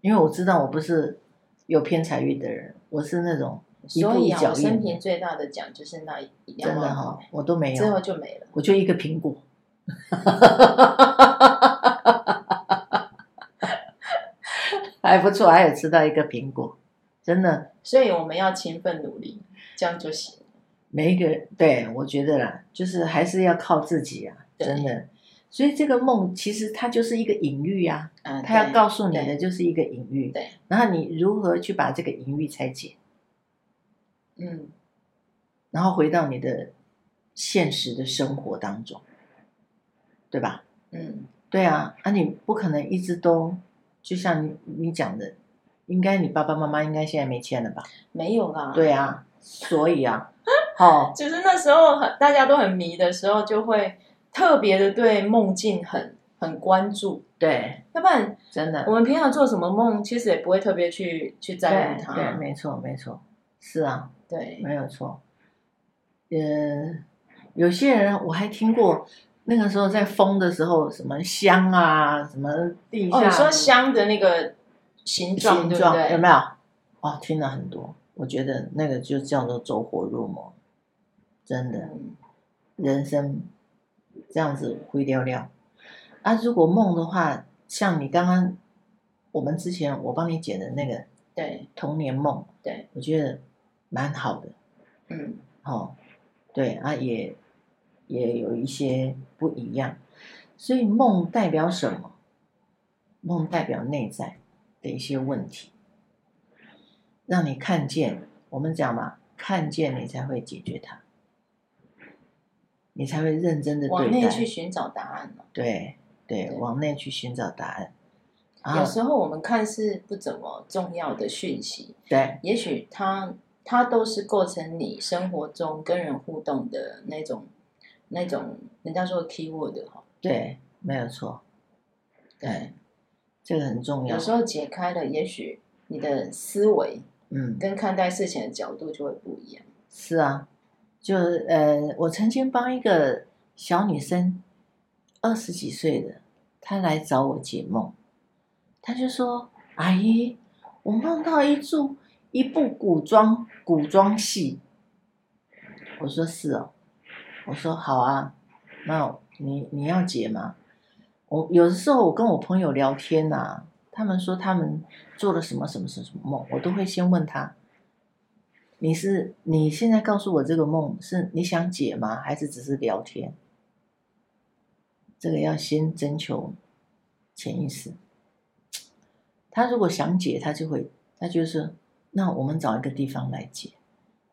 [SPEAKER 1] 因为我知道我不是有偏财运的人，我是那种一
[SPEAKER 2] 所
[SPEAKER 1] 步一
[SPEAKER 2] 以啊，
[SPEAKER 1] 脚
[SPEAKER 2] 我
[SPEAKER 1] 印
[SPEAKER 2] 生平最大的奖就是那一两
[SPEAKER 1] 真的
[SPEAKER 2] 万
[SPEAKER 1] 哈、
[SPEAKER 2] 块，
[SPEAKER 1] 我都没
[SPEAKER 2] 之后
[SPEAKER 1] 有，
[SPEAKER 2] 就没了。
[SPEAKER 1] 我就一个苹果。还不错，还有吃到一个苹果，真的，
[SPEAKER 2] 所以我们要勤奋努力，这样就行。
[SPEAKER 1] 每一个人对我觉得啦，就是还是要靠自己啊，
[SPEAKER 2] 对
[SPEAKER 1] 真的。所以这个梦其实它就是一个隐喻啊，
[SPEAKER 2] 嗯，
[SPEAKER 1] 它要
[SPEAKER 2] 对
[SPEAKER 1] 告诉你
[SPEAKER 2] 对
[SPEAKER 1] 的就是一个隐喻，
[SPEAKER 2] 对，
[SPEAKER 1] 然后你如何去把这个隐喻拆解，
[SPEAKER 2] 嗯，
[SPEAKER 1] 然后回到你的现实的生活当中，对吧？
[SPEAKER 2] 嗯，
[SPEAKER 1] 对啊，啊，你不可能一直都，就像你你讲的，应该你爸爸妈妈应该现在没钱了吧？
[SPEAKER 2] 没有啦。，
[SPEAKER 1] 对啊，所以 啊，哦，
[SPEAKER 2] 就是那时候很大家都很迷的时候，就会特别的对梦境很很关注，
[SPEAKER 1] 对，
[SPEAKER 2] 要不然
[SPEAKER 1] 真的
[SPEAKER 2] 我，们平常做什么梦，其实也不会特别去去在
[SPEAKER 1] 对
[SPEAKER 2] 乎它。
[SPEAKER 1] 对，没错没错，是啊，
[SPEAKER 2] 对，
[SPEAKER 1] 没有错。嗯，有些人我还听过，那个时候在封的时候，什么香啊，什么地下，
[SPEAKER 2] 哦，你说香的那个形状，
[SPEAKER 1] 形
[SPEAKER 2] 对
[SPEAKER 1] 状
[SPEAKER 2] 不对？
[SPEAKER 1] 有没有？哦，听了很多，我觉得那个就叫做走火入魔，真的。
[SPEAKER 2] 嗯
[SPEAKER 1] 人生这样子灰溜溜。啊，如果梦的话，像你刚刚我们之前我帮你解的那个
[SPEAKER 2] 对，
[SPEAKER 1] 童年梦，
[SPEAKER 2] 对
[SPEAKER 1] 我觉得蛮好的
[SPEAKER 2] 嗯，
[SPEAKER 1] 哦。对啊，也也有一些不一样。所以梦代表什么？梦代表内在的一些问题，让你看见。我们讲嘛，看见你才会解决它，你才会认真的对待。
[SPEAKER 2] 往内去寻找答案嘛。哦
[SPEAKER 1] 对对，
[SPEAKER 2] 对
[SPEAKER 1] 往内去寻找答案。
[SPEAKER 2] 有
[SPEAKER 1] 啊，
[SPEAKER 2] 时候我们看似不怎么重要的讯息，
[SPEAKER 1] 对，
[SPEAKER 2] 也许它它都是构成你生活中跟人互动的那种那种人家说的 keyword 哈。
[SPEAKER 1] 对，没有错，对，这个很重要
[SPEAKER 2] 有。时候解开了，也许你的思维
[SPEAKER 1] 嗯，
[SPEAKER 2] 跟看待事情的角度就会不一样。
[SPEAKER 1] 是啊，就是呃，我曾经帮一个小女生，二十几岁的，她来找我解梦，她就说：“阿姨，我梦到一柱一部古装古装戏。”我说：“是哦。”我说：“好啊，那你你要解吗？”我有的时候我跟我朋友聊天呐、他们说他们做了什么什么什么什么梦，我都会先问他。你是你现在告诉我这个梦是你想解吗？还是只是聊天？这个要先征求潜意识。他如果想解，他就会，他就说，那我们找一个地方来解。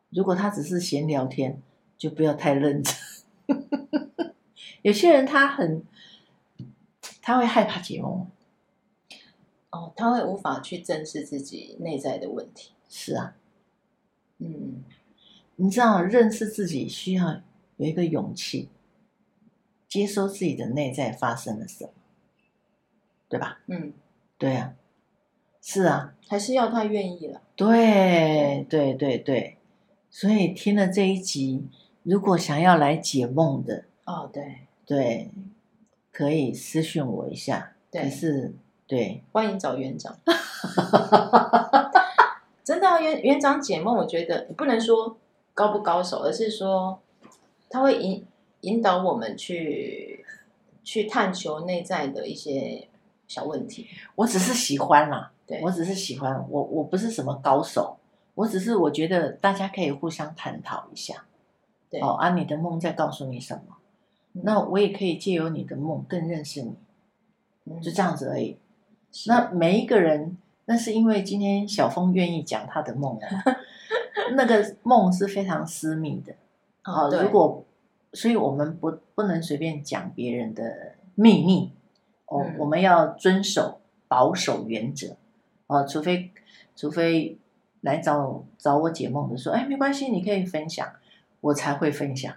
[SPEAKER 1] 如果他只是闲聊天，就不要太认真。 有些人他很，他会害怕解梦。
[SPEAKER 2] 哦，他会无法去正视自己内在的问题。
[SPEAKER 1] 是啊，
[SPEAKER 2] 嗯，
[SPEAKER 1] 你知道，认识自己需要有一个勇气，接收自己的内在发生了什么，对吧？
[SPEAKER 2] 嗯，
[SPEAKER 1] 对啊，是啊，
[SPEAKER 2] 还是要他愿意了。
[SPEAKER 1] 对对对对，所以听了这一集，如果想要来解梦的，
[SPEAKER 2] 哦，对
[SPEAKER 1] 对，可以私讯我一下。可
[SPEAKER 2] 对，
[SPEAKER 1] 是，对，
[SPEAKER 2] 欢迎找园长。 真的、啊，园园长解梦，我觉得你不能说高不高手，而是说他会引引导我们去去探求内在的一些小问题。
[SPEAKER 1] 我只是喜欢啦，
[SPEAKER 2] 对，
[SPEAKER 1] 我只是喜欢，我我不是什么高手，我只是我觉得大家可以互相探讨一下。
[SPEAKER 2] 对，
[SPEAKER 1] 哦，啊，你的梦在告诉你什么？那我也可以借由你的梦更认识你，
[SPEAKER 2] 嗯
[SPEAKER 1] 就这样子而已。
[SPEAKER 2] 是
[SPEAKER 1] 那每一个人，那是因为今天小峰愿意讲他的梦 啊，那个梦是非常私密的。
[SPEAKER 2] 哦，对
[SPEAKER 1] 如果，所以我们不不能随便讲别人的秘密，哦，
[SPEAKER 2] 嗯
[SPEAKER 1] 我们要遵守保守原则，哦，除非除非来找找我解梦的说，哎，没关系，你可以分享，我才会分享，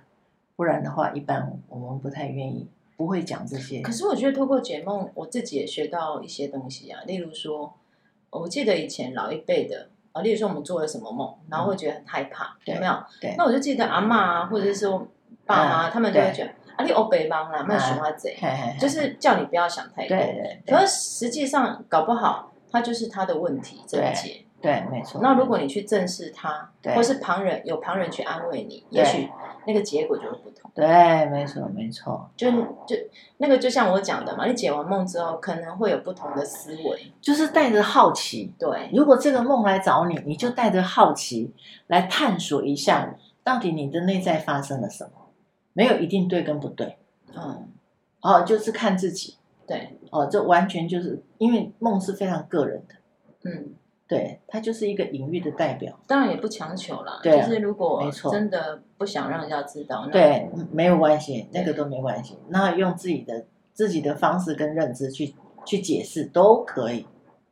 [SPEAKER 1] 不然的话，一般我们不太愿意，不会讲这些
[SPEAKER 2] 可。是我觉得透过解梦，我自己也学到一些东西啊。例如说，我记得以前老一辈的啊，例如说我们做了什么梦，然后会觉得很害怕，
[SPEAKER 1] 嗯对
[SPEAKER 2] 有没有？
[SPEAKER 1] 对嗯
[SPEAKER 2] 那我就记得阿嬷啊，或者是我爸妈，他们就会觉得啊，你欧北忙啦，卖熊啊贼，
[SPEAKER 1] 嘿嘿嘿
[SPEAKER 2] 就是叫你不要想太
[SPEAKER 1] 嗯对
[SPEAKER 2] 多。
[SPEAKER 1] 对对
[SPEAKER 2] 可是实际上搞不好，它就是他的问题症结。
[SPEAKER 1] 对，没错。
[SPEAKER 2] 那如果你去正视它，
[SPEAKER 1] 对
[SPEAKER 2] 或是旁人有旁人去安慰你，
[SPEAKER 1] 对
[SPEAKER 2] 也许那个结果就会不同。
[SPEAKER 1] 对，没错没错，
[SPEAKER 2] 就就那个，就像我讲的嘛，你解完梦之后，可能会有不同的思维。
[SPEAKER 1] 就是带着好奇，
[SPEAKER 2] 对，
[SPEAKER 1] 如果这个梦来找你，你就带着好奇来探索一下，到底你的内在发生了什么？没有一定对跟不对，
[SPEAKER 2] 嗯，
[SPEAKER 1] 哦，就是看自己，
[SPEAKER 2] 对，
[SPEAKER 1] 哦，这完全就是因为梦是非常个人的，
[SPEAKER 2] 嗯，
[SPEAKER 1] 对，它就是一个隐喻的代表，
[SPEAKER 2] 当然也不强求啦。
[SPEAKER 1] 对啊
[SPEAKER 2] 就是如
[SPEAKER 1] 没
[SPEAKER 2] 果
[SPEAKER 1] 错
[SPEAKER 2] 真的不想让人家知道，那，
[SPEAKER 1] 对，嗯没有关系，那个都没关系，那用自己的自己的方式跟认知去去解释都可以，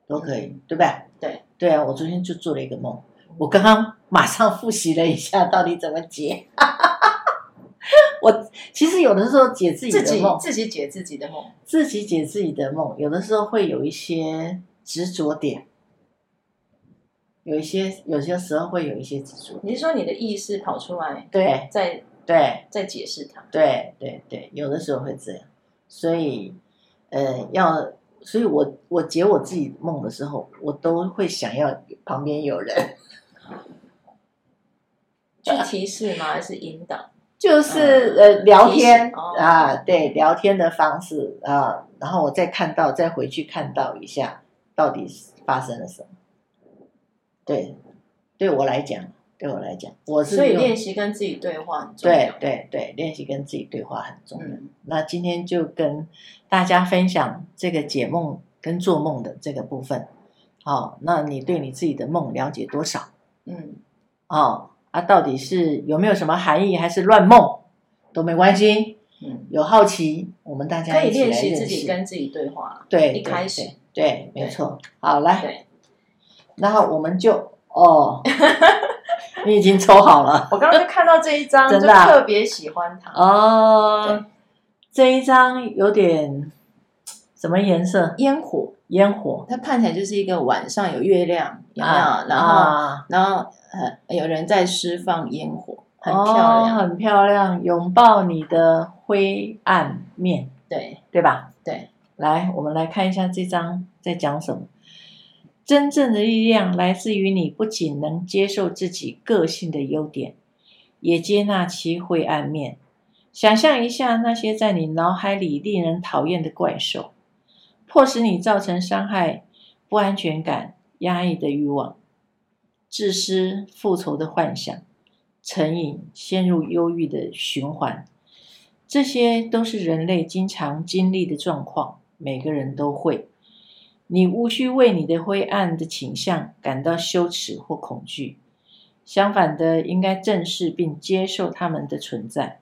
[SPEAKER 1] 都可以，对吧？
[SPEAKER 2] 嗯对，
[SPEAKER 1] 对啊，我昨天就做了一个梦，我刚刚 马上复习了一下到底怎么解。 我其实有的时候解自己
[SPEAKER 2] 自
[SPEAKER 1] 的
[SPEAKER 2] 己
[SPEAKER 1] 梦，
[SPEAKER 2] 自己解自己的梦。
[SPEAKER 1] 自己解自己的梦，有的时候会有一些执着点，有一些有些时候会有一些执着。
[SPEAKER 2] 你是说你的意识跑出来，
[SPEAKER 1] 对
[SPEAKER 2] 再
[SPEAKER 1] 对
[SPEAKER 2] 再解释它？
[SPEAKER 1] 对对对，有的时候会这样，所以呃，要所以我我解我自己梦的时候，我都会想要旁边有人。
[SPEAKER 2] 去提示吗？还是引导？
[SPEAKER 1] 就是
[SPEAKER 2] 嗯
[SPEAKER 1] 呃聊天
[SPEAKER 2] 提示哦
[SPEAKER 1] 啊，对聊天的方式啊，然后我再看到，再回去看到一下到底发生了什么。对，对我来讲，对我来讲，我是
[SPEAKER 2] 所以
[SPEAKER 1] 用
[SPEAKER 2] 练习跟自己对话很重
[SPEAKER 1] 对
[SPEAKER 2] 要。
[SPEAKER 1] 对对练习跟自己对话很重要。
[SPEAKER 2] 嗯，
[SPEAKER 1] 那今天就跟大家分享这个解梦跟做梦的这个部分。好、那你对你自己的梦了解多少？
[SPEAKER 2] 嗯
[SPEAKER 1] 哦，啊，到底是有没有什么含义，还是乱梦都没关系。
[SPEAKER 2] 嗯，
[SPEAKER 1] 有好奇，我们大家
[SPEAKER 2] 可以
[SPEAKER 1] 一起来
[SPEAKER 2] 练
[SPEAKER 1] 认识
[SPEAKER 2] 习自己跟自己对话啦。
[SPEAKER 1] 对
[SPEAKER 2] 一开始
[SPEAKER 1] 对，对没错。好，来，
[SPEAKER 2] 对，
[SPEAKER 1] 然后我们就哦， 你已经抽好了
[SPEAKER 2] 我刚刚就看到这一张，就
[SPEAKER 1] 真的啊
[SPEAKER 2] 特别喜欢它，
[SPEAKER 1] 哦。这一张有点什么颜色？
[SPEAKER 2] 烟火，
[SPEAKER 1] 烟火
[SPEAKER 2] 它看起来就是一个晚上有月亮，有没有？
[SPEAKER 1] 啊，
[SPEAKER 2] 然后、
[SPEAKER 1] 啊
[SPEAKER 2] 然后呃，有人在释放烟火，很
[SPEAKER 1] 哦
[SPEAKER 2] 漂亮。
[SPEAKER 1] 很漂亮，拥抱你的灰暗面，
[SPEAKER 2] 对
[SPEAKER 1] 对吧？
[SPEAKER 2] 对，
[SPEAKER 1] 来，我们来看一下这张在讲什么。真正的力量来自于你不仅能接受自己个性的优点，也接纳其灰暗面。想象一下那些在你脑海里令人讨厌的怪兽，迫使你造成伤害、不安全感、压抑的欲望、自私、复仇的幻想、成瘾、陷入忧郁的循环。这些都是人类经常经历的状况，每个人都会。你无需为你的灰暗的倾向感到羞耻或恐惧，相反的，应该正视并接受它们的存在，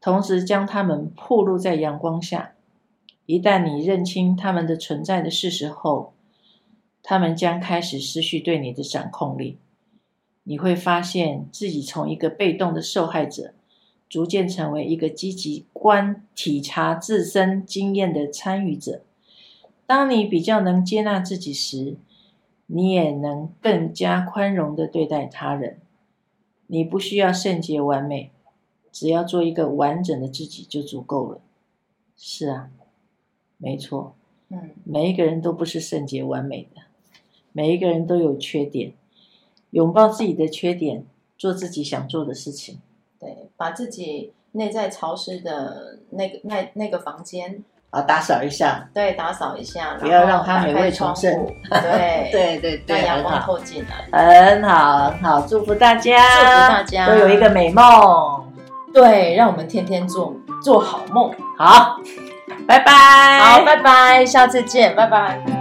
[SPEAKER 1] 同时将它们暴露在阳光下。一旦你认清它们的存在的事实后，它们将开始失去对你的掌控力。你会发现自己从一个被动的受害者，逐渐成为一个积极观体察自身经验的参与者。当你比较能接纳自己时，你也能更加宽容的对待他人。你不需要圣洁完美，只要做一个完整的自己就足够了。是啊，没错。
[SPEAKER 2] 嗯，
[SPEAKER 1] 每一个人都不是圣洁完美的，每一个人都有缺点，拥抱自己的缺点，做自己想做的事情。
[SPEAKER 2] 对，把自己内在潮湿的那个那那个房间，
[SPEAKER 1] 啊，打扫一下，
[SPEAKER 2] 对，打扫一下，
[SPEAKER 1] 不要
[SPEAKER 2] 然后
[SPEAKER 1] 让它
[SPEAKER 2] 打
[SPEAKER 1] 美
[SPEAKER 2] 开
[SPEAKER 1] 味
[SPEAKER 2] 窗
[SPEAKER 1] 丛生
[SPEAKER 2] 户对，
[SPEAKER 1] 对对
[SPEAKER 2] 让阳
[SPEAKER 1] 很
[SPEAKER 2] 光
[SPEAKER 1] 好，嗯
[SPEAKER 2] 透进来。
[SPEAKER 1] 很好，很好，祝福大家，
[SPEAKER 2] 祝福大家
[SPEAKER 1] 都有一个美梦。
[SPEAKER 2] 对，让我们天天做做好梦。
[SPEAKER 1] 好，拜拜，
[SPEAKER 2] 好，拜拜，下次见，拜拜。